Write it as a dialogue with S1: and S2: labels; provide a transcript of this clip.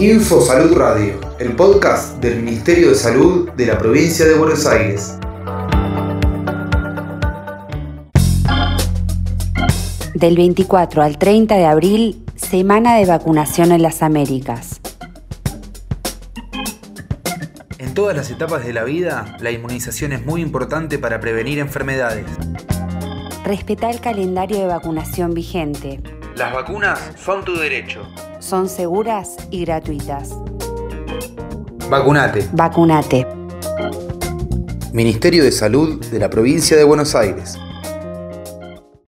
S1: Info Salud Radio, el podcast del Ministerio de Salud de la provincia de Buenos Aires.
S2: Del 24 al 30 de abril, semana de vacunación en las Américas.
S1: En todas las etapas de la vida, la inmunización es muy importante para prevenir enfermedades.
S2: Respetá el calendario de vacunación vigente.
S1: Las vacunas son tu derecho.
S2: Son seguras y gratuitas.
S1: Vacunate.
S2: Vacunate.
S1: Ministerio de Salud de la provincia de Buenos Aires.